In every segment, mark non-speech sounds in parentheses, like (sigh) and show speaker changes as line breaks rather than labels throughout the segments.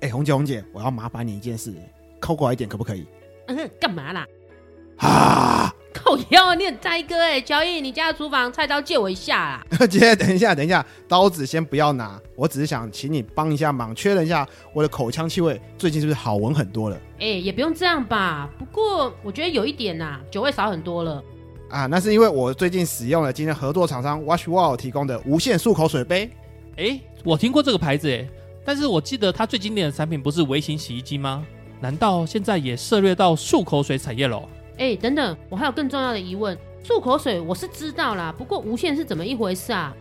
哎、红姐红姐，我要麻烦你一件事，靠过来一点可不可以？
嗯，干嘛啦？
(laughs) 啊！
靠腰，你很呆哥哎！乔伊，你家的厨房菜刀借我一下啊啦！
姐，等一下，等一下，刀子先不要拿，我只是想请你帮一下忙，确认一下我的口腔气味最近是不是好闻很多了
哎、也不用这样吧。不过我觉得有一点呐、酒味少很多了。
啊？那是因为我最近使用了今天合作厂商 Wash Wall 提供的无线漱口水杯。
哎，我听过这个牌子哎，但是我记得它最经典的产品不是微型洗衣机吗？难道现在也涉猎到漱口水产业了哦？
哎、等等，我还有更重要的疑问。漱口水我是知道啦，不过无线是怎么一回事啊？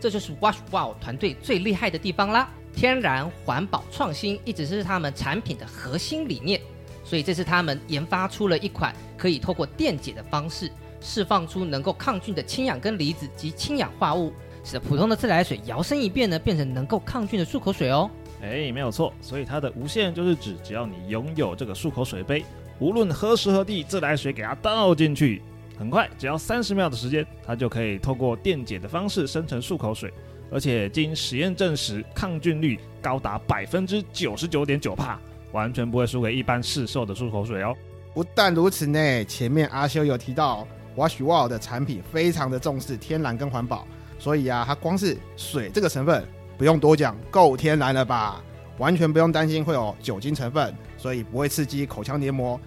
这就是 Wash Wow 团队最厉害的地方啦！天然、环保、创新一直是他们产品的核心理念，所以这次他们研发出了一款可以透过电解的方式，释放出能够抗菌的氢氧根离子及氢氧化物，使得普通的自来水摇身一变呢，变成能够抗菌的漱口水哦。
哎，没有错，所以它的无限就是指，只要你拥有这个漱口水杯，无论何时何地，自来水给它倒进去，很快，只要三十秒的时间，它就可以透过电解的方式生成漱口水，而且经实验证实，抗菌率高达百分之九十九点九帕，完全不会输给一般市售的漱口水哦。
不但如此呢，前面阿修有提到 Wash Wall 的产品非常的重视天然跟环保，所以啊，它光是水这个成分不用多讲，够天然了吧？完全不用担心会有酒精成分，所以不会刺激口腔黏膜，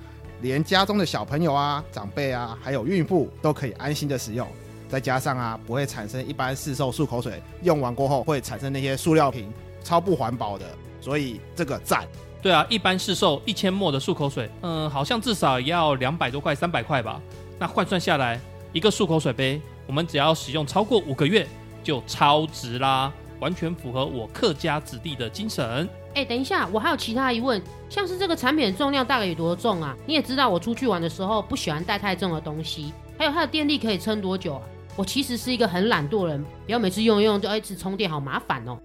连家中的小朋友啊、长辈啊，还有孕妇都可以安心的使用。再加上啊，不会产生一般市售漱口水用完过后会产生那些塑料瓶，超不环保的，所以这个赞。
对啊，一般市售一千沫的漱口水，嗯，好像至少也要两百多块、三百块吧。那换算下来，一个漱口水杯，我们只要使用超过五个月，就超值啦，完全符合我客家子弟的精神。
哎、等一下，我还有其他疑问，像是这个产品的重量大概有多重啊？你也知道我出去玩的时候不喜欢带太重的东西，还有它的电力可以撑多久啊？我其实是一个很懒惰的人，不要每次用一用就哎要一直充电，好麻烦哦。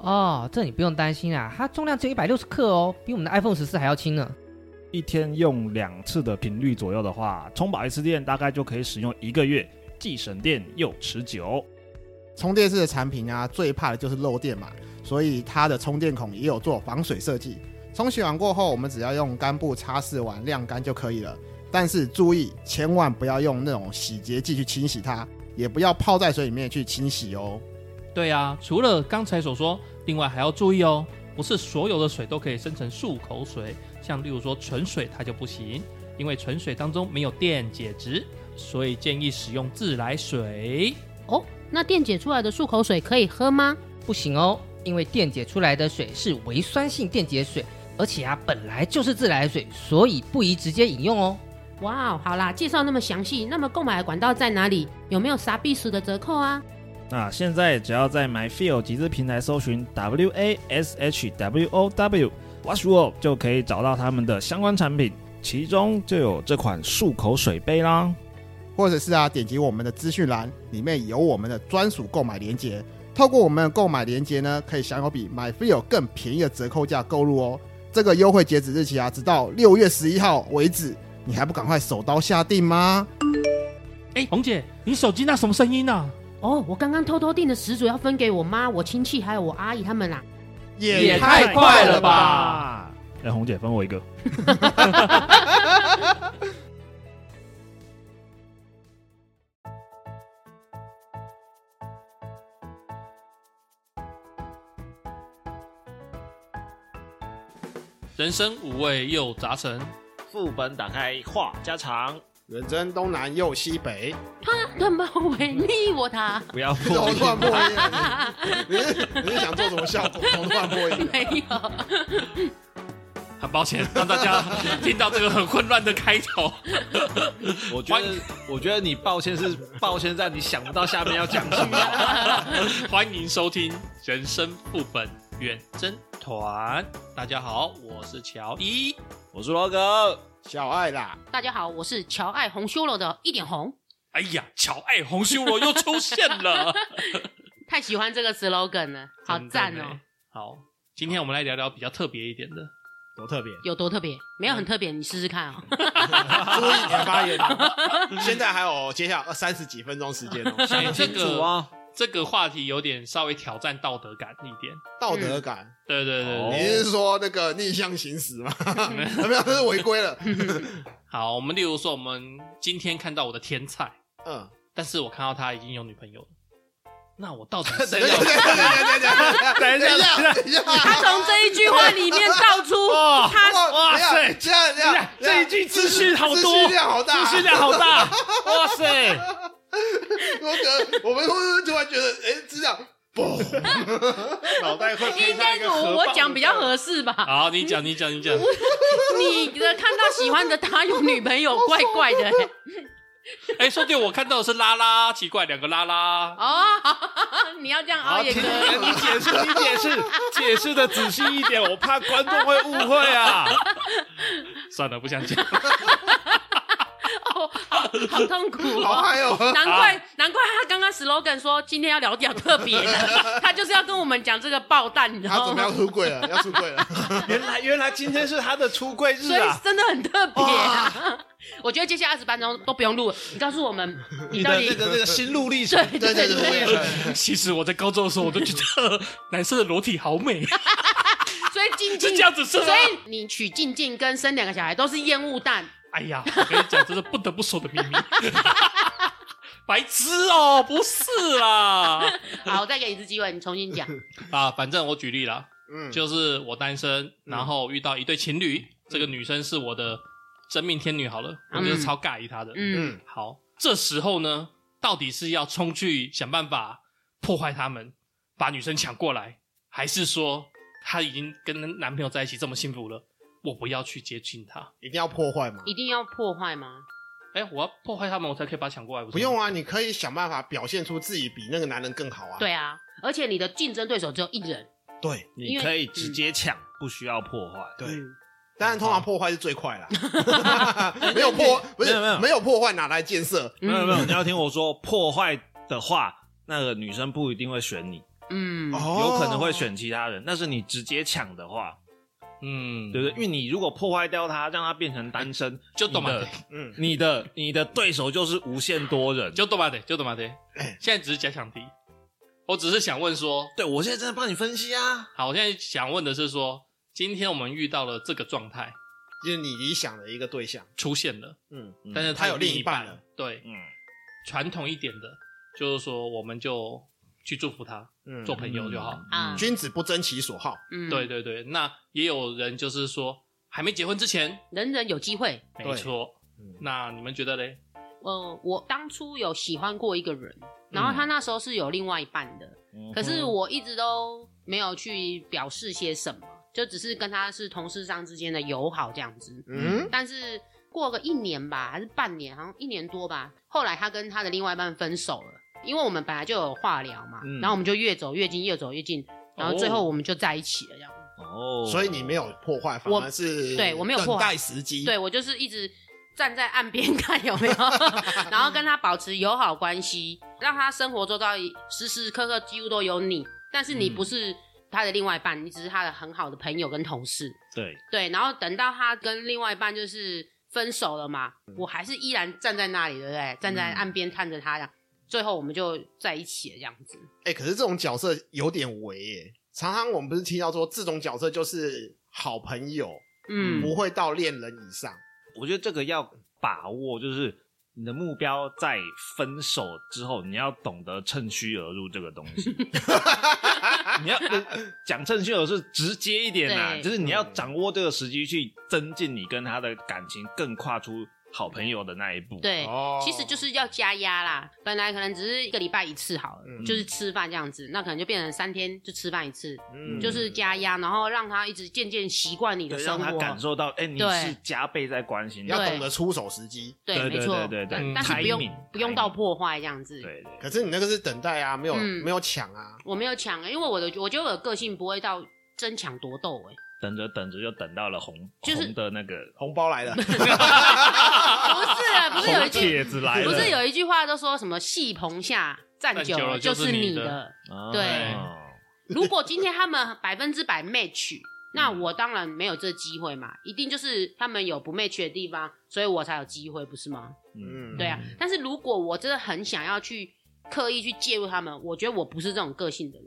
哦，这你不用担心啊，它重量只有一百六十克哦，比我们的 iPhone 十四还要轻呢。
一天用两次的频率左右的话，充饱一次电大概就可以使用一个月，既省电又持久。
充电式的产品啊，最怕的就是漏电嘛，所以它的充电孔也有做防水设计。冲洗完过后，我们只要用干布擦拭完晾干就可以了。但是注意，千万不要用那种洗洁剂去清洗它，也不要泡在水里面去清洗哦。
对啊，除了刚才所说，另外还要注意哦，不是所有的水都可以生成漱口水，像例如说纯水它就不行，因为纯水当中没有电解质，所以建议使用自来水。
哦，那电解出来的漱口水可以喝吗？
不行哦，因为电解出来的水是微酸性电解水，而且啊本来就是自来水，所以不宜直接饮用哦。
哇哦，好啦，介绍那么详细，那么购买的管道在哪里？有没有啥必死的折扣啊？
那现在只要在 MyFeel 集资平台搜寻 W A S H W O W Wash World 就可以找到他们的相关产品，其中就有这款漱口水杯啦。
或者是啊，点击我们的资讯栏，里面有我们的专属购买链接。透过我们的购买链接呢，可以享有比 MyFeel 更便宜的折扣价购入哦。这个优惠截止日期啊，直到六月十一号为止，你还不赶快手刀下定吗？
哎，红姐，你手机那什么声音啊？
哦，我刚刚偷偷订的十组要分给我妈、我亲戚还有我阿姨他们啦。
也太快了吧！
哎，红姐分我一个。
人生五味又杂陈，
副本打开话家常，
人生东南又西 (laughs) 北，
那么违逆我他
不要
怎么
破
突然破音了？你是你是想做什么效果？怎么突然破 (laughs) 音？
没有。
很抱歉让大家 (laughs) 听到这个很混乱的开头。 (laughs)
我觉得，我觉得你抱歉是抱歉在你想不到下面要讲什么。
欢迎收听《人生副本远征团》，大家好，我是乔伊。
(laughs) 我是罗哥，
小爱啦，
(laughs) 大家好，我是乔爱红修罗的一点红，
哎呀，乔爱红修罗又出现了，
太喜欢这个 slogan 了， (laughs) 好赞
真的
哦
呢！！好，今天我们来聊聊比较特别一点的。
多特别！
有多特别？没有很特别，你试试看哦。
注意啊 (laughs) 你的发言。现在还有接下来三十几分钟时间哦。 (laughs)
想
哎这
清
个
楚啊！
这个话题有点稍微挑战道德感一点。
道德感。
对对对对
哦
你是说那个逆向行驶 (laughs) 吗？没有，这是违规了。
好，我们例如说，我们今天看到我的天菜，
嗯，
但是我看到他已经有女朋友了，那我到底
(laughs)
等
是
一下，
要
等一下，
等一
等一
下，
下，等一下，
他从这一句话里面道出
哇
他
哇
哇
塞
塞，
这样这样，
这一句资讯好
资
多
讯，量好大，
资讯量好大，哇塞！
我可我们会不会突然觉得，哎，这样，嘣，脑袋会
应该我我讲比较合适
(laughs)
吧？
(laughs) 好，你讲，你讲，你讲，
(laughs) 你的看到喜欢的他有女朋友，怪怪的、欸。
哎、说对，我看到的是拉拉，奇怪，两个拉拉， (laughs)
哦， (laughs) 你要这样熬
好，
也
听
可
你
以。
你解释，你
(laughs)
解释，解释的仔细一点，我怕观众会误会啊。
算了，不想讲。
哦，好好痛苦
好
哦。
嗨 (laughs) 哦。
难怪，难怪他刚刚 slogan 说今天要聊点特别的，他就是要跟我们讲这个爆弹，你知
他
道
怎么
吗
要？出柜了？要出柜了！
原来，原来今天是他的出柜日
所以
啊！
真的很特别啊！ (laughs) 我觉得接下来二十分钟都不用录了，你告诉我们，你到底
那个那个心路历程
对，
对对对对，
(laughs) 其实我在高中的时候，我都觉得 (laughs) 男生的裸体好美， (laughs)
所以静
是
静
这样子是吗
所？以你娶静静跟生两个小孩都是烟雾弹，
哎呀，我跟你讲，这是不得不说的秘密。 (laughs) 白痴哦，不是啦，
好，我再给你一次机会，你重新讲。
啊，反正我举例啦，
嗯，
就是我单身，然后遇到一对情侣，这个女生是我的真命天女，好了，我就是超尬意她的。
嗯，
嗯，
好，这时候呢，到底是要冲去想办法破坏他们，把女生抢过来，还是说她已经跟男朋友在一起这么幸福了，我不要去接近她？
一定要破坏嘛？
一定要破坏吗？
哎，我要破坏他们，我才可以把她抢过来，不是
不
吗
用啊，你可以想办法表现出自己比那个男人更好啊。
对啊，而且你的竞争对手只有一人，
对
你可以直接抢，不需要破坏。
对，
嗯，
当然通常破坏是最快啦，没有破不
没有没
是
有
没有破坏哪来建设？
没有没有，你要听我说，破坏的话，那个女生不一定会选你，
嗯，
哦
有可能会选其他人。但是你直接抢的话，
嗯，
对不对？因为你如果破坏掉她，让她变成单身，
就懂嘛
你的
对
嗯，
你的 (laughs) 你的对手就是无限多人。
就懂嘛的，就
(laughs)
懂嘛的。现在只是假想敌，我只是想问说，
对我现在正在帮你分析啊。
好，我现在想问的是说，今天我们遇到了这个状态
就是你理想的一个对象。
出现了，
嗯，
嗯
但是
他有
另
另一半
半
了，
对，
嗯，
传统一点的，就是说我们就去祝福他，
嗯
做朋友就好。
啊
君子不争其所好。
嗯，
对，对对，那也有人就是说还没结婚之前，
人人有机会。
没错
嗯。
那你们觉得嘞？
呃，我当初有喜欢过一个人，然后他那时候是有另外一半的，
嗯
可是我一直都没有去表示些什么，就只是跟他是同事上之间的友好这样子。
嗯，
但是过个一年吧，还是半年，好像一年多吧。后来他跟他的另外一半分手了，因为我们本来就有话聊嘛，
嗯
然后我们就越走越近，越走越近，然后最后我们就在一起了这样。
哦，
所以你没有破坏，反
我
而是
对我没有破坏
等待时机。
对，我就是一直站在岸边 (laughs) 看有没有，然后跟他保持友好关系，让他生活周遭时时刻刻几乎都有你，但是你不是他的另外一半，你只是他的很好的朋友跟同事。
对，
对，然后等到他跟另外一半就是分手了嘛，我还是依然站在那里，对不对？站在岸边看着他，这样，最后我们就在一起了，这样子。
哎、可是这种角色有点违耶。常常我们不是听到说，这种角色就是好朋友，
嗯，
不会到恋人以上。
我觉得这个要把握，就是你的目标在分手之后，你要懂得趁虚而入这个东
(laughs)
西。 (laughs) 你要呃讲趁虚而入是直接一点啦、
对
就是你要掌握这个时机去增进你跟他的感情，更跨出好朋友的那一步。，
对。
哦
其实就是要加压啦，本来可能只是一个礼拜一次好了，
嗯
就是吃饭这样子，那可能就变成三天就吃饭一次，
嗯
就是加压，然后让他一直渐渐习惯你的
对，
生
让
活，
他感受到，哎、你
对
是加倍在关心的。
要
对
懂得出手时机。
对，
对对
没错，
对对对
但
嗯
但是不用
timing，
不用
timing
到破坏这样子，
对对对
可是你那个是等待啊，没有、
嗯
没有抢啊。
我没有抢、欸因为我的我觉得我的个性不会到争抢夺斗、
(laughs)
欸，
等着等着就等到了红、
就是
红的那个
红包来了，
不是啊， (laughs) 不是有一
红
句，
帖子来了，
不是有一句话都说什么“戏棚下站久了就是你
站久
的
啊
对如果今天他们百分之百 match，那我当然没有这机会嘛，一定就是他们有不 match 的地方，所以我才有机会，不是吗？
嗯
嗯
对啊。但是如果我真的很想要去刻意去介入他们，我觉得我不是这种个性的人。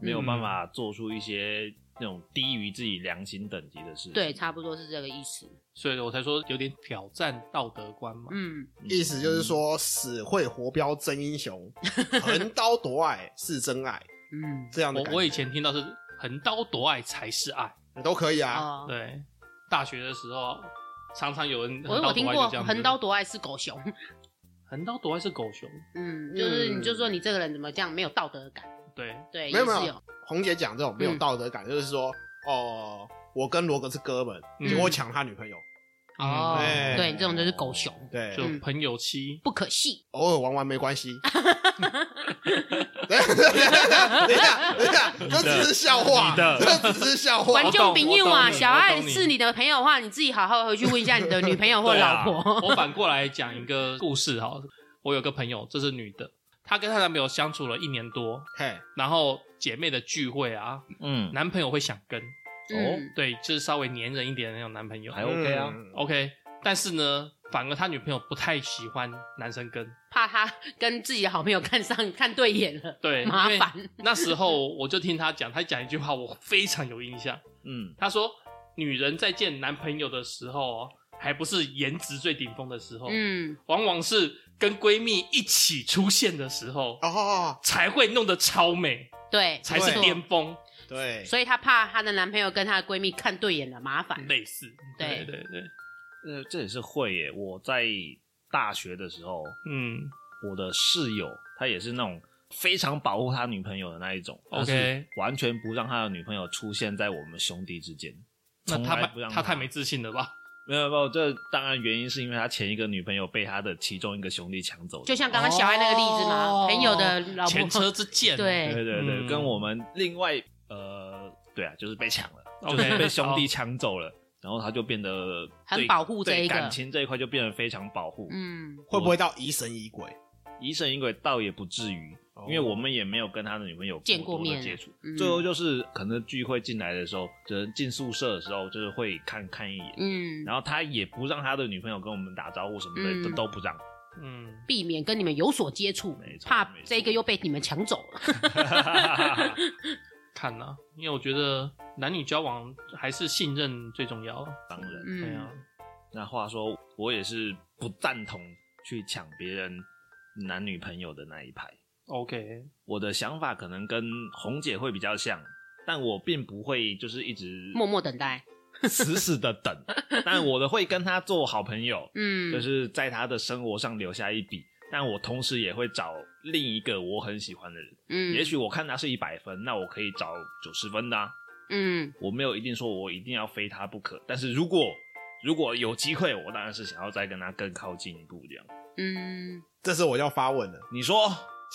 没有办法做出一些那种低于自己良心等级的事情。
对，差不多是这个意思。
所以我才说有点挑战道德观嘛。
嗯，
嗯，
意思就是说，死会活标真英雄，横刀夺爱是真爱，
嗯，
这样的
我
感觉
我以前听到是横刀夺爱才是爱，
你都可以啊。
哦，
对，大学的时候常常有人
我
横
我
刀
听
夺爱
过
就这样子，
横刀夺爱是狗熊， (laughs)
横刀夺爱是狗熊，
嗯，就是
嗯
你就说你这个人怎么这样没有道德感，
对，
对，
没有
也是
没有红姐讲这种没
嗯
有道德感，就是说，哦，我跟罗格是哥们，
嗯
结果我抢他女朋友，
哦
嗯
哎，
对，你这种就是狗熊，
对，
就
嗯
朋友妻，
不可信。
偶尔玩玩没关系。
(laughs)
等一下，等一下，等一下，等一下，这只是笑话，
你的
这只是笑话
观。众朋友啊，
我懂我懂你
小爱
我懂你
是你的朋友的话，你自己好好回去问一下你的女朋友或
对
老
啊
婆。
我反过来讲一个故事哈，我有个朋友，这是女的，她跟她男朋友相处了一年多，
嘿，
然后姐妹的聚会啊，
嗯，
男朋友会想
(laughs)
跟，哦
嗯，
对，啊就是稍微黏人一点的那种男朋友
还 OK 啊
嗯
OK，但是呢，反而她女朋友不太喜欢男生跟，
怕他跟自己的好朋友看上看对眼了，
对，
麻
因为
烦。
那时候我就听她讲，她讲一句话我非常有印象，
嗯，
她说女人在见男朋友的时候哦，还不是颜值最顶峰的时候，
嗯，
往往是跟闺蜜一起出现的时候。
哦，
才会弄得超美，
对，
才是
没错
巅峰，
对，
所以她怕她的男朋友跟她的闺蜜看对眼了，麻烦。
类似，
对
对对，
呃，这也是会耶。我在大学的时候，
嗯
我的室友他也是那种非常保护他女朋友的那一种
OK
但是完全不让他的女朋友出现在我们兄弟之间。
那
从
他
来不
太
让
他太
她
没自信了吧？
没有没有，这当然原因是因为他前一个女朋友被他的其中一个兄弟抢走了，
就像刚刚小爱那个例子嘛，
哦
朋友的老
(laughs) 前车
婆，
之鉴，
对
对对对，
嗯
跟我们另外呃，对啊，就是被抢了
OK，
就是被兄弟
好
抢走了，然后他就变得
很
对
保护这
对
一个
感情这一块就变得非常保护，
嗯，
会不会到疑神疑鬼？
疑神疑鬼倒也不至于，
哦
因为我们也没有跟他的女朋友
见过
过多的
面
接触。
嗯
最后就是可能聚会进来的时候，就是进宿舍的时候，就是会看看一眼，
嗯，
然后他也不让他的女朋友跟我们打招呼什么
嗯
的，都都
(laughs)
不让。
嗯，
避免跟你们有所接触
没，错
怕
没错
这个又被你们抢走了。
看呐，因为我觉得男女交往还是信任最重要，
当然，
对啊
嗯，，
那话说，我也是不赞同去抢别人男女朋友的那一派。
，OK，
我的想法可能跟红姐会比较像，但我并不会就是一直
默默等待。
(laughs) 死死的等，但我的会跟她做好朋友，
嗯，
就是在她的生活上留下一笔。但我同时也会找另一个我很喜欢的人，
嗯，
也许我看他是一百分，那我可以找九十分的、啊。
嗯
我没有一定说我一定要非他不可，但是如果如果有机会，我当然是想要再跟他更靠近一步这样。
嗯，
这是我要发问了，
你说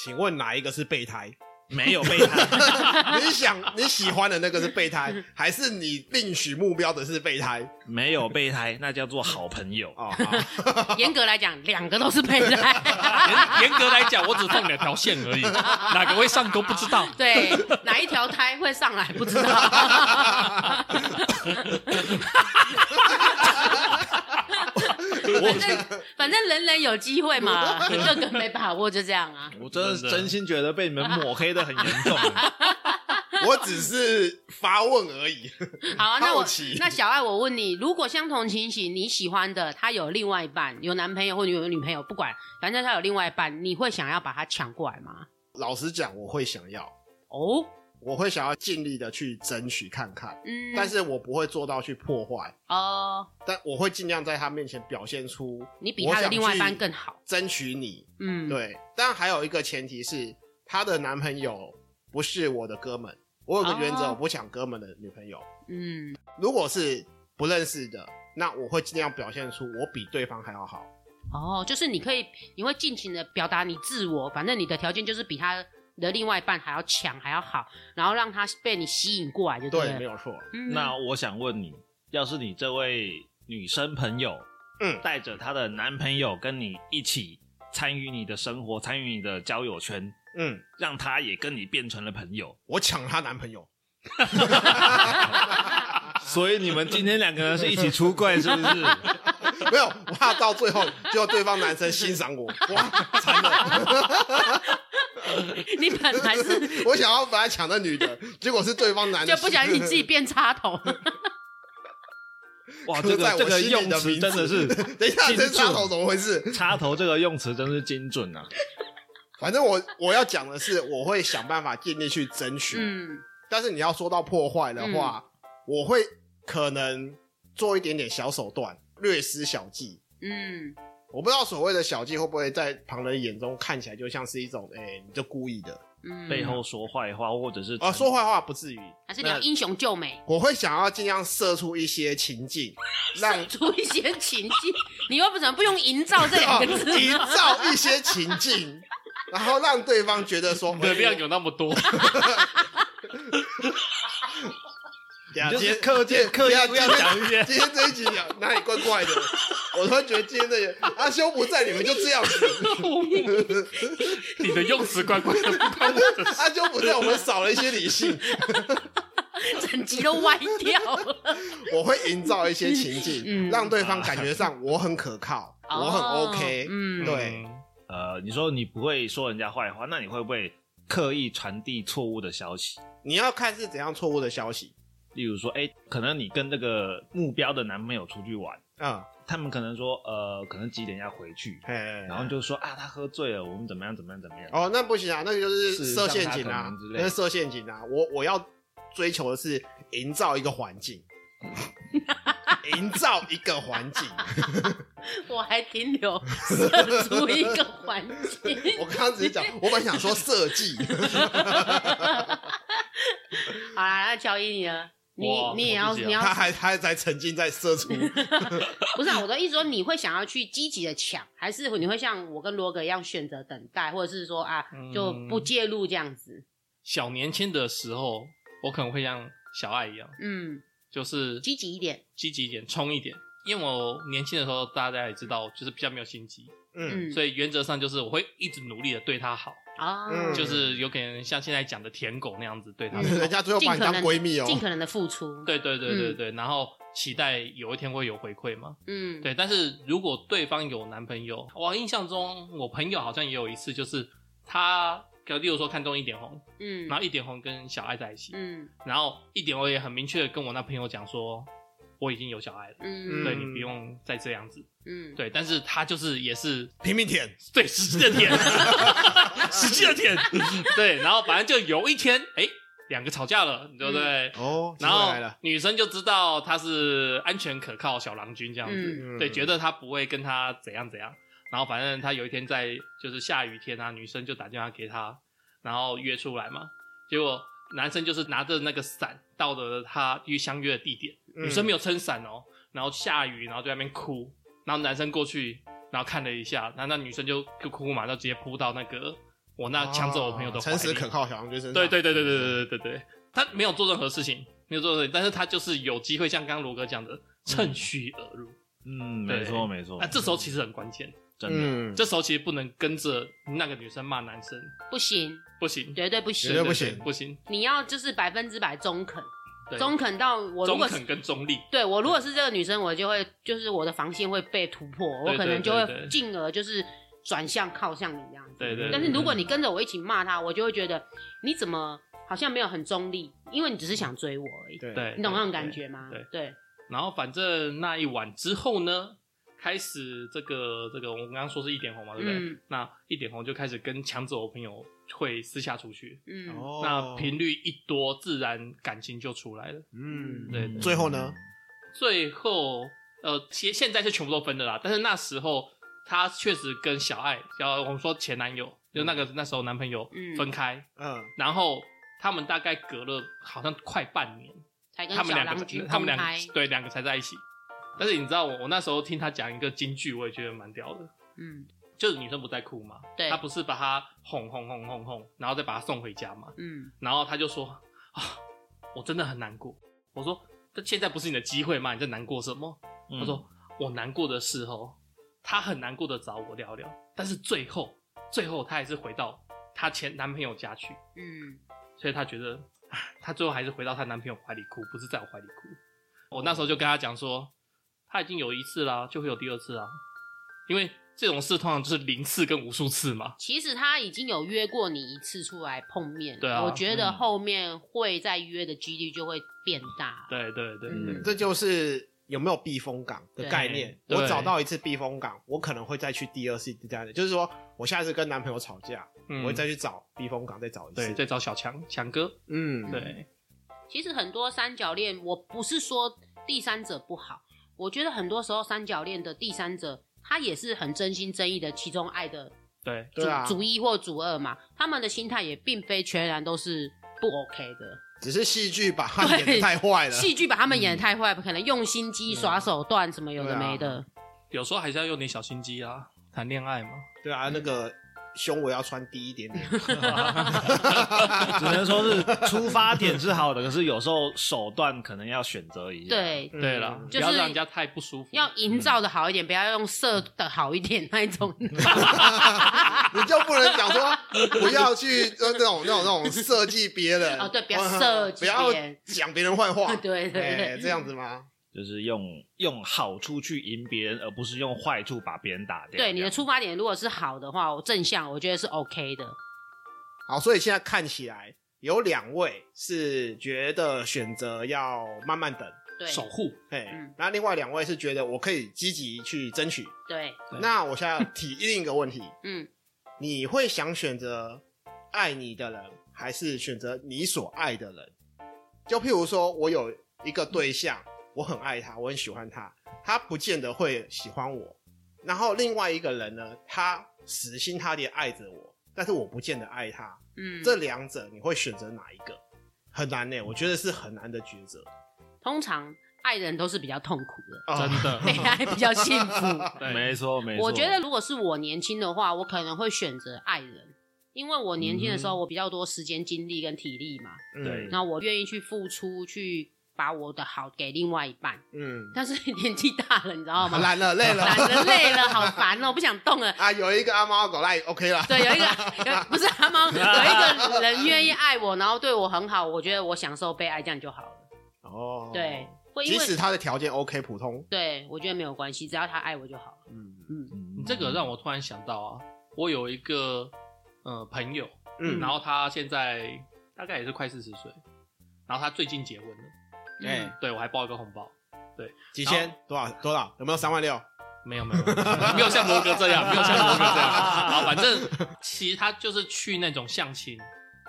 请问哪一个是备胎？
没有被他？
你
(laughs)
想你喜欢的那个是备胎，还是你另许目标的是备胎？
(laughs) 没有备胎，那叫做好朋友。
哦，好
(laughs)
严格来讲，两个都是备胎。
严严格来讲，我只放两条线而
(laughs)
已，哪个会上钩不知道。
对，哪一条胎会上来不知
(laughs)
道。反正反正人人有机会嘛，个个没把握就这样啊。
我真的是
真的
真心觉得被你们抹黑的很严
(laughs)
重。
我只是发问而已。 (laughs)
好啊，那
好
我
奇
那小爱，我问你，如果相同情形，你喜欢的他有另外一半，有男朋友或者有女朋友，不管，反正他有另外一半，你会想要把他抢过来吗？
老实讲，我会想要，
哦，
我会想要尽力的去争取看看，
嗯，
但是我不会做到去破坏，
哦，
但我会尽量在他面前表现出
你比他的另外一半更好，
争取你。
嗯，，
对，但还有一个前提是，她的男朋友不是我的哥们。我有个原则，
哦
我不抢哥们的女朋友。
嗯，
如果是不认识的，那我会尽量表现出我比对方还要好。
哦，就是你可以，你会尽情的表达你自我，反正你的条件就是比他的另外一半还要强，还要好，然后让他被你吸引过来就
对，
了。
没有错。
嗯
那我想问你，要是你这位女生朋友，
嗯
带着她的男朋友跟你一起参与你的生活，参与你的交友圈，
嗯，
让她也跟你变成了朋友，
我抢她男朋友。
所以你们今天两个人是一起出柜，是不是？
(laughs) 没有，我怕到最后就对方男生欣赏我，哇，惨了！
(laughs) 你本来是
(laughs) 我想要本来抢那女的，结果是对方男的，
就不小心你
(laughs)
自己变插头，
哇，
刻
这
在
个这
我
个
心里
用
的
词
名字
真的是
(laughs) 等一下，
进
这插
驻
头怎么回事？
插头，这个用词真是精准啊！
嗯反正我我要讲的是，我会想办法尽力去争取。
嗯
但是你要说到破坏的话，我会可能做一点点小手段，略施小计。
嗯，
我不知道所谓的小计会不会在旁人眼中看起来就像是一种，哎、你就故意的
嗯
背后说坏话，或者是
啊、说坏话不至于。
还是你要英雄救美，
我会想要尽量设出一些情
(laughs)
境，让
出一些情境，你又不怎么不用营造这两个字
哦
呢？
(laughs) 营造一些情境，然后让对方觉得
(laughs)
说，哎
你的量有那么多，
呀
你就是
今天
刻
今天
刻意不要
今天
讲一些
今天这一集讲哪里怪怪的， (laughs) 我突然觉得今天这个阿修不在，你们就这样
(laughs)
子。
你的用词怪怪的，不关我的事。
阿修不在，我们少了一些理性。
(laughs) 整集都歪掉了。
我会营造一些情境，
嗯
让对方感觉上我很可靠，我很
哦
OK。
嗯，
对，
呃，你说你不会说人家坏话，那你会不会刻意传递错误的消息？
你要看是怎样错误的消息。
例如说，哎、可能你跟那个目标的男朋友出去玩，
嗯，
他们可能说，呃，可能几点要回去，
嘿嘿
然后就说啊，他喝醉了，我们怎么样怎么样怎么样。
哦，那不行啊，那个就是
是
设陷阱
让他
啊
可能之，类的
那是设陷阱啊。我我要追求的是营造一个环
(laughs)
境，营造一个环境。
我还停留 (laughs) 射出一个环境。
我刚刚只是讲，我本来想说设计，
好啦，那乔伊你呢？你
哇
你也
我
要
自己啊
你要
他还他还在沉浸在射出。
嗯
不是、啊、我的意思说，你会想要去积极的抢，还是你会像我跟罗格一样选择等待，或者是说啊就
嗯
不介入这样子？
小年轻的时候，我可能会像小爱一样，
嗯，
就是
积极一点。
积极一点，冲一点。因为我年轻的时候，大家也知道，就是比较没有心机，
(laughs) 嗯，
嗯，
所以原则上就是我会一直努力的对她好，
啊，
嗯
就是有点像现在讲的舔狗那样子对她
嗯
好。
(laughs) 人家最后
尽
把你
可
当
能
闺蜜哦。
尽可能的付出。，
对对对对对，然后期待有一天会有回馈嘛。
嗯，
对，但是如果对方有男朋友，我印象中我朋友好像也有一次，就是他，可例如说看中一点红，
嗯，
然后一点红跟小爱在一起，
嗯
然后一点红也很明确的跟我那朋友讲说，我已经有小爱了，
嗯
对你不用再这样子。
嗯，
对，但是他就是也是
拼命舔，
对使劲的 (laughs) 舔，使劲的舔，对，然后反正就有一天，哎、两个吵架了，对不对？
哦，
然
机会
后
来了，
女生就知道他是安全可靠小郎君这样子，
嗯
对，觉
得
得他不会跟他怎样怎样。然后反正他有一天在就是下雨天啊，女生就打电话给他，然后约出来嘛。结果男生就是拿着那个伞到了他约相约的地点，
嗯
女生没有撑伞哦，然后下雨，然后就在那边哭，然后男生过去，然后看了一下，然后那女生就就哭嘛，就直接扑到那个我那抢走我朋友的怀
哦啊诚实啊
里
可靠小杨军身上。
对对对对对对对对对，他没有做任何事情，没有做任何事情，但是他就是有机会，像刚刚罗哥讲的，趁虚而入。
嗯，
对
没错没错。
啊
那、这时候其实很关键，
真的，
嗯，
这时候其实不能跟着那个女生骂男生，
不行，
不行，
绝对不
绝对
行。
不行
不行，
你要就是百分之百中肯，
对
中肯到我如
中
果是
肯跟中立，
对我如果是这个女生，我就会就是我的防线会被突破，我
对
可能
对
就
对
会
对
进而就是转向靠向你这样子。
对对对
但是如果你跟着我一起骂他，我就会觉得你怎么好像没有很中立，因为你只是想追我而已。
对
对，
你懂那种
对
感觉吗？
对，
对，
然后反正那一晚之后呢，开始这个这个，我们刚刚说是一点红嘛，对不对？
嗯
那一点红就开始跟抢走我朋友会私下出去，
嗯，
哦
那频率一多，自然感情就出来了。
嗯
对对
最后呢？
最后，呃，其实现在是全部都分的啦，但是那时候他确实跟小爱，小我们说前男友，就那个那时候男朋友
嗯
分开，
嗯，
然后他们大概隔了好像快半年，
才跟
他
小
们两
郎
个
君
他们
公
两个
开，
对两个才在一起。但是你知道我我那时候听他讲一个京剧，我也觉得蛮屌的，
嗯
就是女生不在哭嘛，
对
他不是把她哄哄哄哄哄，然后再把她送回家嘛，
嗯
然后他就说啊，我真的很难过。我说，这现在不是你的机会吗？你在难过什么？
嗯
他说，我难过的时候，他很难过的找我聊聊，但是最后，最后他还是回到他前男朋友家去，
嗯
所以他觉得，唉她最后还是回到她男朋友怀里哭，不是在我怀里哭。我
哦
那时候就跟他讲说，他已经有一次啦，就会有第二次啊，因为这种事通常就是零次跟无数次嘛。
其实他已经有约过你一次出来碰面，
对啊
我觉得
嗯
后面会再约的几率就会变大。
对对对对，
嗯
这就是有没有避风港的概念。
对
我找到一次避风港，我可能会再去第二次、第三次，就是说我下次跟男朋友吵架，
嗯
我会再去找避风港，再找一
对
次。
再找小强强哥，
嗯，
对，
其实很多三角恋，我不是说第三者不好，我觉得很多时候三角恋的第三者，他也是很真心真意的其中爱的
对
主、
对啊，
主一或主二嘛，他们的心态也并非全然都是不 OK 的。
只是戏剧
(laughs)
把它演
对
的太坏了。
戏剧把他们演的太坏，可能用心机、耍手段什么
啊
有的没的，
有时候还是要用点小心机啊，谈恋爱嘛。
对啊，那个胸围要穿低一点点。
(laughs) 只能说是出发点是好的，可是有时候手段可能要选择一
(laughs)
下。，
对。
嗯
对啦，
(laughs) 就是
不要让人家太不舒服。
要营造的好一点，不要用色的好一点那一种。
嗯你就不能讲说不要去呃那种那种那
(laughs)
种设计别人
哦对不要设计
不要
别人，
讲别人坏话
(laughs) 对对
哎
对，
这样子吗？
就是用用好处去赢别人，而不是用坏处把别人打掉。
对你的出发点如果是好的话，我正向，我觉得是 OK 的。
好，所以现在看起来有两位是觉得选择要慢慢等，
对，
守护，
嘿，
嗯
那另外两位是觉得我可以积极去争取。
对，
对
那我现在提另一个问题，
嗯，
你会想选择爱你的人，还是选择你所爱的人？就譬如说，我有一个对象，我很爱他，我很喜欢他，他不见得会喜欢我。然后另外一个人呢，他死心塌地爱着我，但是我不见得爱他。
嗯，
这两者你会选择哪一个？很难呢、我觉得是很难的抉择。
通常爱人都是比较痛苦
(laughs)
的，
啊
真的
被爱比较幸福。
对
没错没错。
我觉得如果是我年轻的话，我可能会选择爱人，因为我年轻的时候我比较多时间、精力跟体力嘛，
嗯
对
那我愿意去付出，去把我的好给另外一半。
嗯，
但是年纪大了，你知
(laughs)
道吗？
懒了，累了，
懒得累了，好烦哦，不想动了。
(laughs) 啊！有一个阿猫阿狗赖 OK 了。
对，有一个 (laughs) 有不是阿猫，有一个人愿意爱我，然后对我很好，我觉得我享受被爱，这样就好了。
哦，
对，，会因
即
为
使他的条件 OK 普通，
对我觉得没有关系，只要他爱我就好了。
嗯
嗯，
你这个让我突然想到啊，我有一个呃朋友，
嗯
然后他现在大概也是快四十岁，然后他最近结婚了，
哎
对我还包一个红包，
几千多少多少？有没有三万六？
没有没有，没有没有像罗哥这样，没有像罗哥这样。好，反正其实他就是去那种相亲、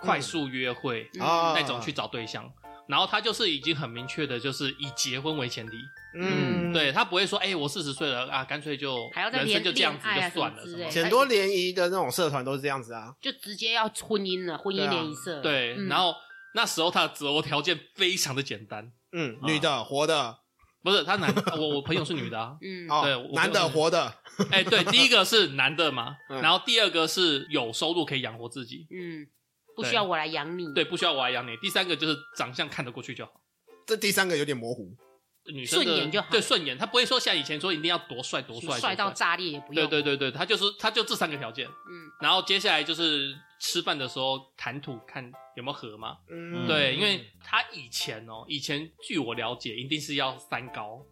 快速约会
嗯
啊，
那种去，找对象，然后他就是已经很明确的，就是以结婚为前提，
嗯，
对他不会说，哎，我四十岁了啊，干脆就
还要再
人
恋
生就这样子
恋爱
就
啊
算
什
了，
么之
什
类
么
的
很嗯多联谊的那种社团都是这样子啊，
就直接要婚姻了，婚姻
对啊
联谊社了。
对，
嗯，
然后那时候他的择偶条件非常的简单，
嗯，女的活的，
不是他男，我我朋友是女的啊
嗯，
对
哦
我，
男的活的，
哎、对，第一个是男的嘛，
嗯
然后第二个是有收入可以养活自己，
嗯，不
对
需要我来养你。
对，，不需要我来养你。第三个就是长相看得过去就好，
这第三个有点模糊，
女生的
顺眼就好
对，顺眼，他不会说像以前说一定要多帅多帅，
帅到
多帅。
炸裂也不
对
用。
对对对，他就是他就这三个条件，
嗯，
然后接下来就是吃饭的时候谈吐看有没有合嘛。
嗯，
对，因为他以前哦，以前据我了解，一定是要三高，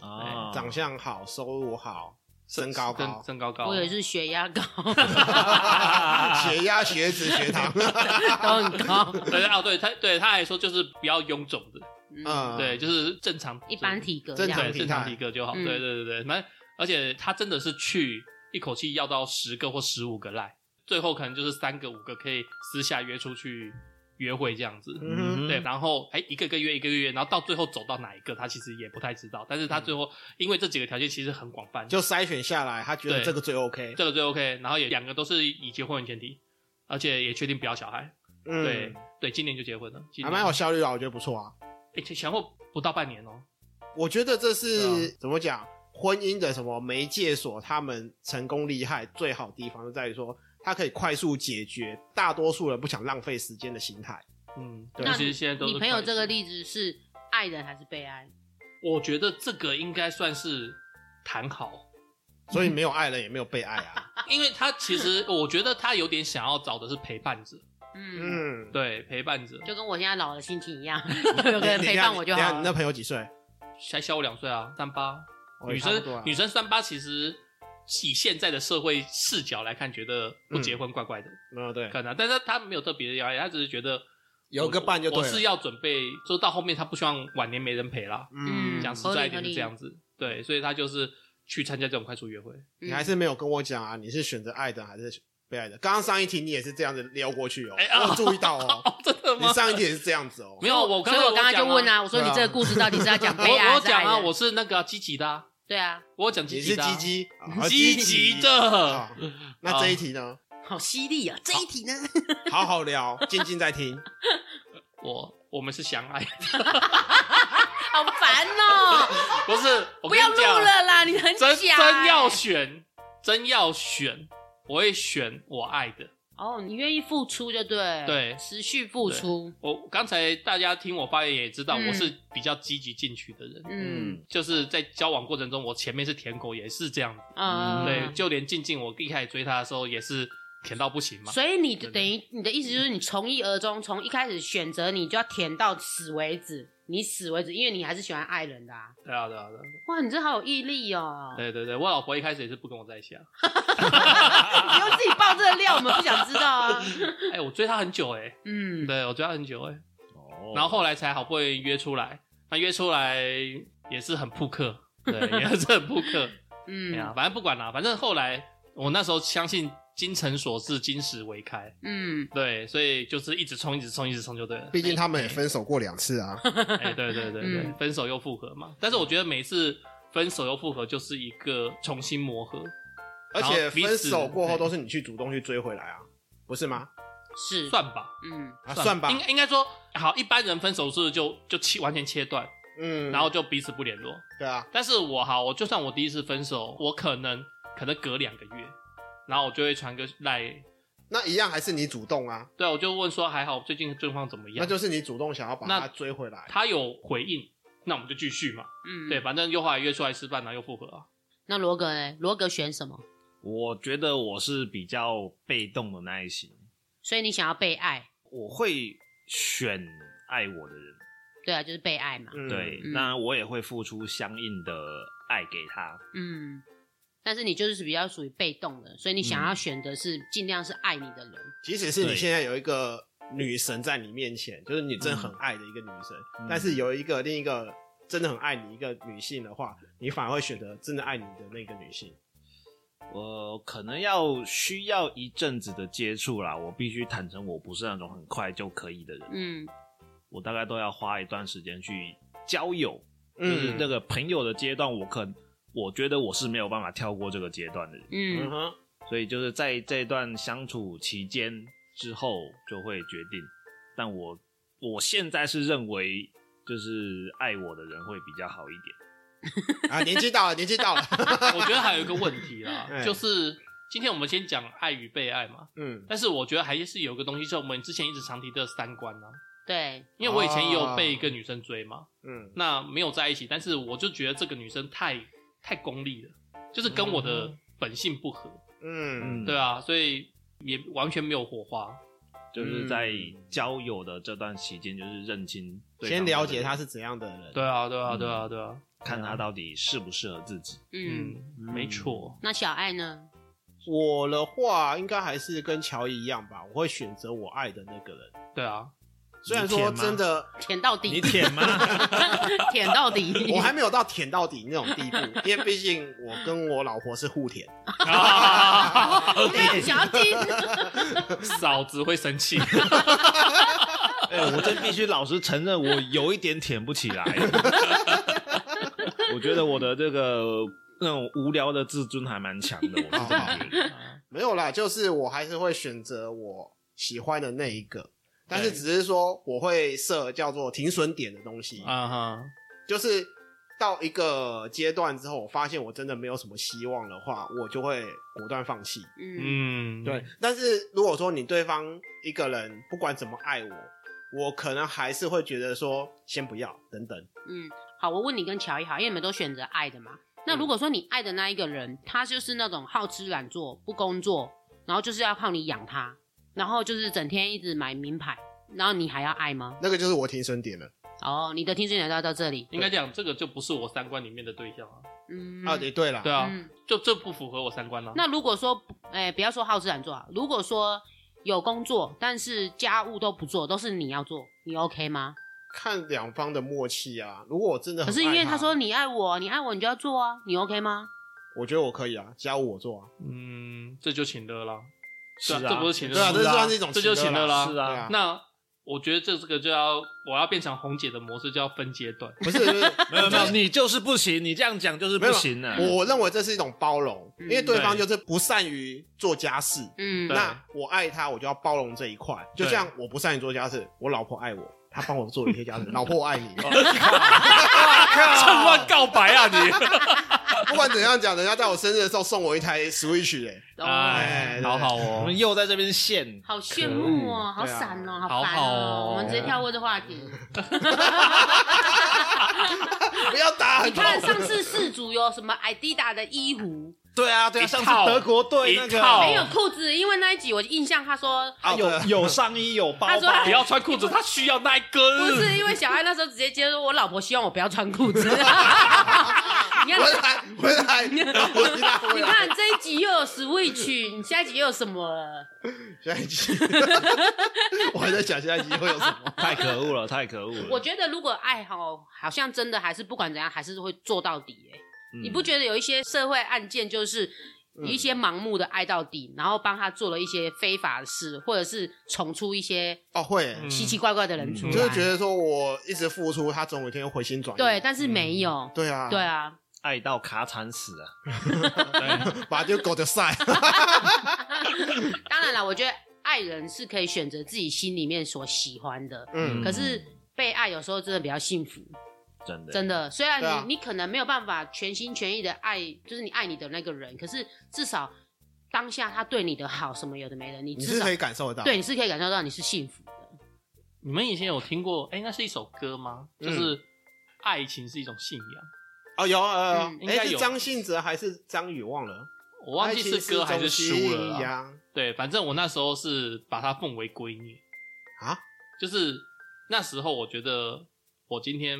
啊，
嗯长相好，收入好，身高
身
高，
身高高，
我也是血压
(laughs)
高，
(laughs) 血压、血脂、血糖，
都很高。
(laughs) 对哦，对他对他来说就是不要臃肿的，
嗯，
嗯，
(laughs) 对，，就是正常
一般体格这
正
样
对
体
子。
正常
态
体格就好。
嗯
对对对对，反正而且他真的是去一口气要到十个或十五个赖，最后可能就是三个五个可以私下约出去约会这样子。
嗯哼，
对，然后哎，一个个约一个个约，然后到最后走到哪一个，他其实也不太知道。但是
嗯
他最后、因为这几个条件其实很广泛，
就筛选下来，他觉得
对
这个最 OK，
这个最 OK，然后也两个都是以结婚为前提，而且也确定不要小孩。
嗯
对，对，今年就结婚了，今
还
年
蛮有效率啊，我觉得不错啊。
哎前前后不到半年哦。
我觉得这是、
啊
对
怎么讲？婚姻的什么媒介所，他们成功厉害最好的地方就在于说，它可以快速解决大多数人不想浪费时间的心态。
嗯，
对
其
那
实现在都是
你朋友
快
这个
速
例子是爱人还是被爱？
我觉得这个应该算是谈好，
(laughs) 嗯
所以没有爱人，也没有被爱啊。
因为他其实我觉得他有点想要找的是陪伴者，
嗯，
嗯，
对，陪伴者。 (laughs)
就跟我现在老了心情一样，有个人陪伴我就
等一下你
好
那
了。
朋友几岁？
才小我两岁啊，三八。
哦
女
也差不
生、
多啊
女生三八其实以现在的社会视角来看，觉得不结婚怪怪的，
嗯，对，
可能，但是他没有特别的压力，他只是觉得
有个伴就
我
对
我
了。
是要准备，就到后面他不希望晚年没人陪啦。
嗯
讲实在一点是这样子，对，所以他就是去参加这种快速约会。
你还是没有跟我讲啊，你是选择爱的还是被爱的？刚刚上一题你也是这样子撩过去哦，
哎啊
我有注意到哦，
(laughs) 哦，真的
你
吗？
上一题也是这样子哦
没。有，我刚
所以
才
我刚刚
有
就
讲
问
啊，
啊，我说
对
你
啊
这个故事到底是要讲
(laughs) 我
悲
我
哀
有
还是
讲
爱
啊，
的？
我是那个啊积极的啊，
对啊，
我有讲积
你
极
是
的啊
积，极，啊
积极。的
好，那这一题呢？
好犀利啊！这一题呢？
好好聊， (laughs) 静静在听。
我。我们是相爱，
好烦哦！
(laughs) 不是？
不
我跟
要
你
录
讲，啊
了啦，你很假欸。
真真要选，真要选，我会选我爱的。
哦，你愿意付出就对，
对
持续付出，
我刚才大家听我发言也知道，
嗯
我是比较积极进取的人，
嗯
就是在交往过程中，我前面是舔狗，也是这样。
啊，
嗯对，就连静静，我一开始追她的时候也是舔到不行嘛。
所以你
对
等于你的意思就是你从一而终，从一开始选择你就要舔到死为止，你死为止，因为你还是喜欢爱人的啊。
对啊，对啊，对啊
哇，你这好有毅力哦！
对对对，我老婆一开始也是不跟我在一起啊。
(laughs) 你又自己爆这个料，我们不想知道
(laughs)
啊。
哎、我追她很久哎、
嗯，
对我追她很久哎、
哦
然后后来才好不容易约出来，那约出来也是很扑克，对， (laughs) 也是很扑 (laughs) 克。哎呀
嗯，
反正不管啦，反正后来我那时候相信精诚所至，金石为开，
嗯，
对，所以就是一直冲，一直冲，一直冲就对了。
毕竟他们也分手过两次啊。
哎， (laughs) 对对对对，
嗯
分手又复合嘛。但是我觉得每次分手又复合就是一个重新磨合，
而且
然后彼此
分手过后都是你去主动去追回来啊，不是吗？
是，
算吧，
嗯
啊，算吧
应，该应该说好，一般人分手是不是就就切完全切断，
嗯，
然后就彼此不联络。
对啊，
但是我好，我就算我第一次分手，我可能可能隔两个月，然后我就会传个赖。
那一样还是你主动啊，
对，我就问说还好，最近状况怎么样？
那就是你主动想要把
那
他追回来。
他有回应，那我们就继续嘛。
嗯，
对，？反正又后来约出来吃饭，然后又复合
(laughs)
啊。
那罗格呢？罗格选什么？
我觉得我是比较被动的那一型，
所以你想要被爱，
我会选爱我的人，
对啊，就是被爱嘛。
嗯
对，
嗯
那我也会付出相应的爱给他，
嗯，但是你就是比较属于被动的，所以你想要选的是尽量是爱你的人。
即使是你
对
现在有一个女神在你面前，就是你真的很爱的一个女神，
嗯
但是有一个另一个真的很爱你一个女性的话，你反而会选择真的爱你的那个女性。
我可能要需要一阵子的接触啦，我必须坦诚，我不是那种很快就可以的人，
嗯
我大概都要花一段时间去交友，就是
嗯，
那个朋友的阶段，我可我觉得我是没有办法跳过这个阶段的人，
嗯
嗯哼，
所以就是在这段相处期间之后就会决定。但我我现在是认为，就是爱我的人会比较好一点。
啊，年纪到了，年纪到了， (laughs)
我觉得还有一个问题啦，
哎
就是今天我们先讲爱与被爱嘛，
嗯，
但是我觉得还是有一个东西是我们之前一直常提的三观啊。
对，
因为我以前也有被一个女生追嘛，
嗯，
那没有在一起，但是我就觉得这个女生太太功利了，就是跟我的本性不合，
嗯，
对啊，所以也完全没有火花。
就是在交友的这段期间，就是认清
嗯
对方
先了解
的
他
人，
是怎样的人。
对啊，对啊，对啊，对啊，
看他到底适不适合自己。
嗯。
嗯，没错，
那小爱呢？
我的话，应该还是跟乔伊一样吧，我会选择我爱的那个人。
对啊，
虽然
你
说
舔吗
真
(laughs)
的，
舔到底，
舔吗？ (laughs)
舔到底。
(laughs) 我还没有到舔到底那种地步， (laughs) 因为毕竟我跟我老婆是互舔。
我没有啊想要听。
嫂子会生气。
哎、我真必须老实承认，我有一点舔不起来。 (laughs) 我觉得我的这个那种无聊的自尊还蛮强的，我是这么觉得。
(laughs)
没有啦，就是我还是会选择我喜欢的那一个，但是
对
只是说我会设叫做停损点的东西，
(laughs) 啊哈，
就是到一个阶段之后，我发现我真的没有什么希望的话，我就会果断放弃。
嗯
嗯，
对，，但是如果说你对方一个人不管怎么爱我，我可能还是会觉得说先不要，等等。
嗯，好，我问你跟乔伊好，因为你们都选择爱的嘛。那如果说你爱的那一个人，他就是那种好吃懒做、不工作，然后就是要靠你养他，然后就是整天一直买名牌，然后你还要爱吗？
那个就是我停损点了。
哦，你的听众聊到到这里，
应该讲这个就不是我三观里面的对象啊，
嗯
啊，也对啦，
对啊，
嗯
就这不符合我三观了、啊
那如果说，哎、不要说好吃懒做啊，如果说有工作，但是家务都不做，都是你要做，你 OK 吗？
看两方的默契啊。如果我真的
可
很
是因
爱
为
他
他说，你爱我，你爱我，你就要做啊，你 OK 吗？
我觉得我可以啊，家务我做啊，
嗯，这就请了啦。
是
对啊这不是情
对啊，这
是
算是一种
这就
情
请了
勒
啦。
是
啊
啊，
那我觉得这这个就要我要变成红姐的模式，就要分阶段。
不是不是
没有没有，你就是不行，你这样讲就是不行了。
我认为这是一种包容，
嗯
因为对方就是不善于做家事。
嗯
对
那我爱他，我就要包容这一块。就
对
像我不善于做家事，我老婆爱我，她帮我做一些家事。老婆，我爱你。
啊
趁乱告白啊你！
(laughs) 不管怎样讲，人家在我生日的时候送我一台 Switch 哎、
哎，
哎，好好
我
哦
们，又在这边陷，
好羡慕哦，好
对啊
闪哦，
好
烦
好
哦
哦，
我们直接跳过这话题。
不要打
(laughs) 你
很痛。
看上次四组有什么 Adidas 的衣服，
(laughs) 对啊对啊，
一
上次
套
德国队
一
那个啊
套
没有裤子，因为那一集我印象他说
啊，对啊
有有上衣有包
他说
包，
不要穿裤子，他需要那一
不
根。
是因为小爱那时候直接接说，我老婆希望我不要穿裤子。 (laughs) 你看
回来回来，回来回
你
来。
看这一集又有 Switch，你下一集又有什么了？
下一集，
(laughs)
我还在想下一集会有什
(laughs)
么。
太可恶了，太可恶了。
我觉得如果爱好，好像真的还是不管怎样，还是会做到底、欸。
嗯
你不觉得有一些社会案件就是？有一些盲目的爱到底，然后帮他做了一些非法的事，或者是宠出一些
哦，会，
嗯
奇奇怪怪的人出来，
就是觉得说我一直付出，他总有一天会回心转意。
对，但是没有，
对啊，
对，啊，
爱到卡惨死啊！
(laughs) 把这个狗的
(laughs)
晒。
当然了，我觉得爱人是可以选择自己心里面所喜欢的，
嗯，
可是被爱有时候真的比较幸福，
真的
真的。虽然你、
对啊
你可能没有办法全心全意的爱，就是你爱你的那个人，可是至少当下他对你的好什么有的没的，你
你
至
是
少
可以感受得到。
对，你是可以感受到你是幸福的。
你们以前有听过？哎，那是一首歌吗？就是爱情是一种信仰，
哦，有有
嗯
有，
应
哎，
该
是
有
张信哲还是张宇忘了？
我忘记是歌还是书了啦。
呀？
对，反正我那时候是把它奉为圭臬
啊，
就是那时候我觉得我今天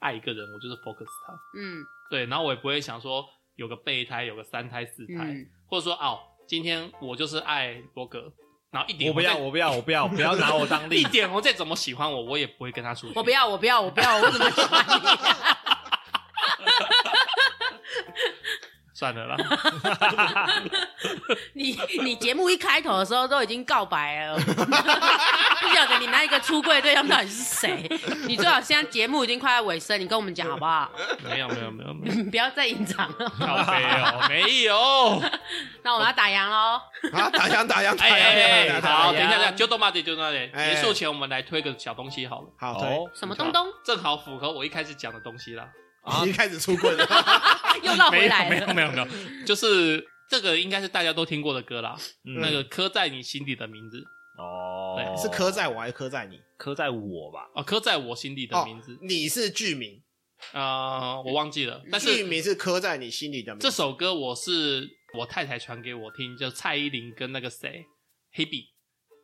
爱一个人，我就是 focus 他。
嗯
对，然后我也不会想说有个备胎，有个三胎、四胎，
嗯，
或者说哦，今天我就是爱罗格，然后一点
我不要，
再
我不要，我不要，不要拿我当
一 (laughs)
例子。
点红再怎么喜欢我，我也不会跟他出去。
我不，要，我不要，我不要，我怎么喜欢你？
算了啦。
(laughs) 你你节目一开头的时候都已经告
(laughs)
白了，不晓得你那一个出柜对象到底是谁。 (laughs) 你最好现在节目已经快要尾声，你跟我们讲好
(laughs)
不好？
没有没有没有没
(laughs)
有，
不要再隐藏了。
好没有没有。
那我们要打烊喽。
啊，打烊打烊打
哎
烊
哎哎，
打烊打
好，
烊！
等一下，等一下，就动嘛的，就动嘛的。
哎
结束前我们来推个小东西好了，
好，对
哦，
什么东东
正好符合我一开始讲的东西啦。
你一开始出柜了，
又绕
没
回
有
来
没
了
有。没有没有，就是这个应该是大家都听过的歌啦，
嗯
那个刻在你心底的名字
哦，
对
是刻在我还是刻在你？
刻在我吧？
哦，刻在我心底的
哦
名字，
你是剧名，
啊，我忘记了，但
剧
是
名是刻在你心里的名字。
这首歌我是我太太传给我听，就蔡依林跟那个谁 Hebe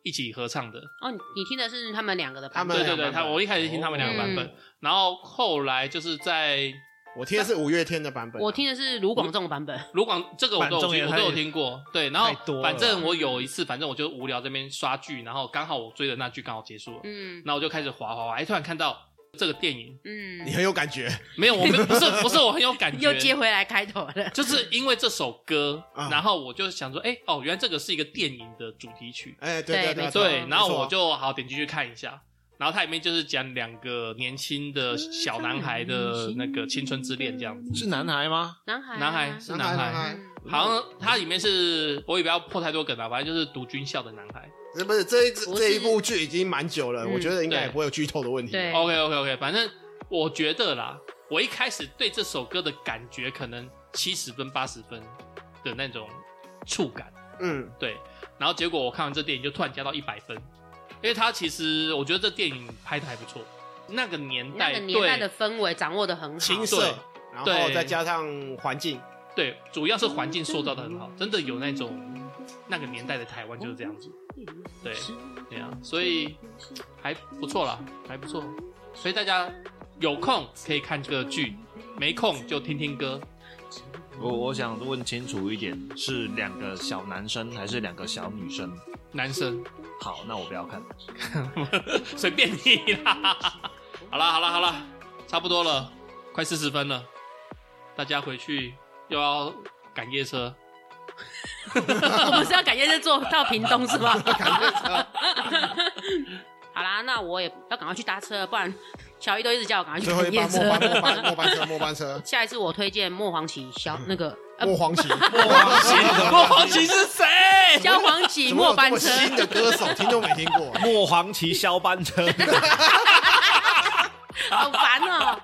一起合唱的，
哦，你你听的是他们两个的
他
版
们
本。啊
对
两
对
个
对，
版本哦
他我一开始听他们两个版本，然后后来就是在
我听的是五月天的版本啊，
我听的是卢广仲的版本。
卢广这个我都有
反正也
听，我
太
都有听过。对，然后
太多了
反正我有一次，反正我就无聊这边刷剧，然后刚好我追的那剧刚好结束了，
嗯
那、我就开始滑滑滑，哎，突然看到这个电影，
你
嗯，
很有感觉
没有，我没不是不是我很有感觉，
(laughs) 又接回来开头了。
就是因为这首歌，
啊
然后我就想说，哎，哦，原来这个是一个电影的主题曲，
哎，对
对没
对
错
对，然后我
就。
就好点进去看一下。然后它里面就是讲两个年轻
嗯
的小男孩的那个青春之恋这样子，
是男孩吗？
男孩啊，
男孩是
男孩
男
男孩
孩，
嗯
好像它里面是我也不要破太多梗了，反正就是读军校的男孩。
是不是这一
不是
这一部剧已经蛮久了，
嗯
我觉得应该也
对
不会有剧透的问题。
对
OK OK OK，反正我觉得啦，我一开始对这首歌的感觉可能七十分八十分的那种触感，
嗯，
对。然后结果我看完这电影就突然加到一百分，因为它其实我觉得这电影拍的还不错，那个年
那
代
个年代
对
的氛围掌握的很好。
青涩，然后
对
再加上环境，
对，主要是环境塑造的很好，真的有那种那个年代的台湾就是这样子，对对啊，所以还不错啦，还不错。所以大家有空可以看这个剧，没空就听听歌。
我我想问清楚一点，是两个小男生还是两个小女生？
男生 (laughs)
好，那我不要看。
随便你啦。 (laughs) 好啦好啦好啦，差不多了，快四十分了，大家回去又要赶夜车。
(laughs) 我们是要改夜车坐到屏东
(laughs)
是吧？好啦，那我也要赶快去搭车了，不然小一都一直叫我赶快去
最后
赶
一
夜
班末
车。
班末班末班
(laughs)
车末班车
下一次我推荐莫黄芪、小那个呃
末黄旗，
莫黄奇是谁？
萧黄芪
怎么
末
有这
班
么
车，
新的歌手听都没听过。
(laughs) 莫黄旗消班车， (laughs)
好烦哦、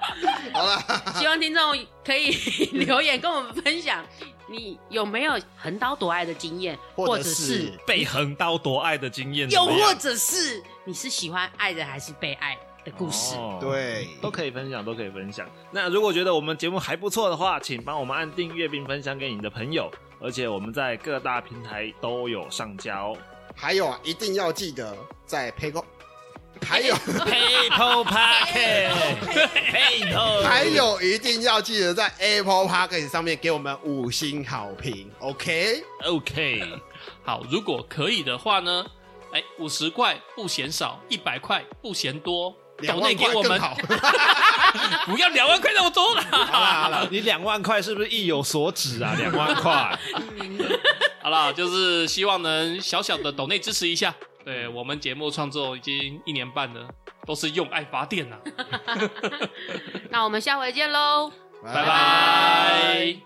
好了，
希望听众可以留言跟我们分享，你有没有横刀夺爱的经验，或
或
者
者
是
是
被横刀夺爱的经验怎
又
么样，
或者是你是喜欢爱人还是被爱的故事？
哦，
对，
都可以分享，都可以分享。那如果觉得我们节目还不错的话，请帮我们按订阅并分享给你的朋友。而且我们在各大平台都有上架哦。
还有啊，一定要记得在 p a y o 还有
Apple (laughs) Park，Apple，
还有一定要记得在 Apple Park 上面给我们五星好评，OK？
OK，
好，如果可以的话呢，哎，五十块不嫌少，一百块不嫌多，
两
抖
万
内给
块
我
更
们，
好。
(laughs) 不要两万块那么多啦。
好啦好啦，
你两万块是不是意有所指啊？两万块，
好啦，就是希望能小小的抖内支持一下。对我们节目创作已经一年半了，都是用爱发电啊！
那我们下回见喽。
拜拜。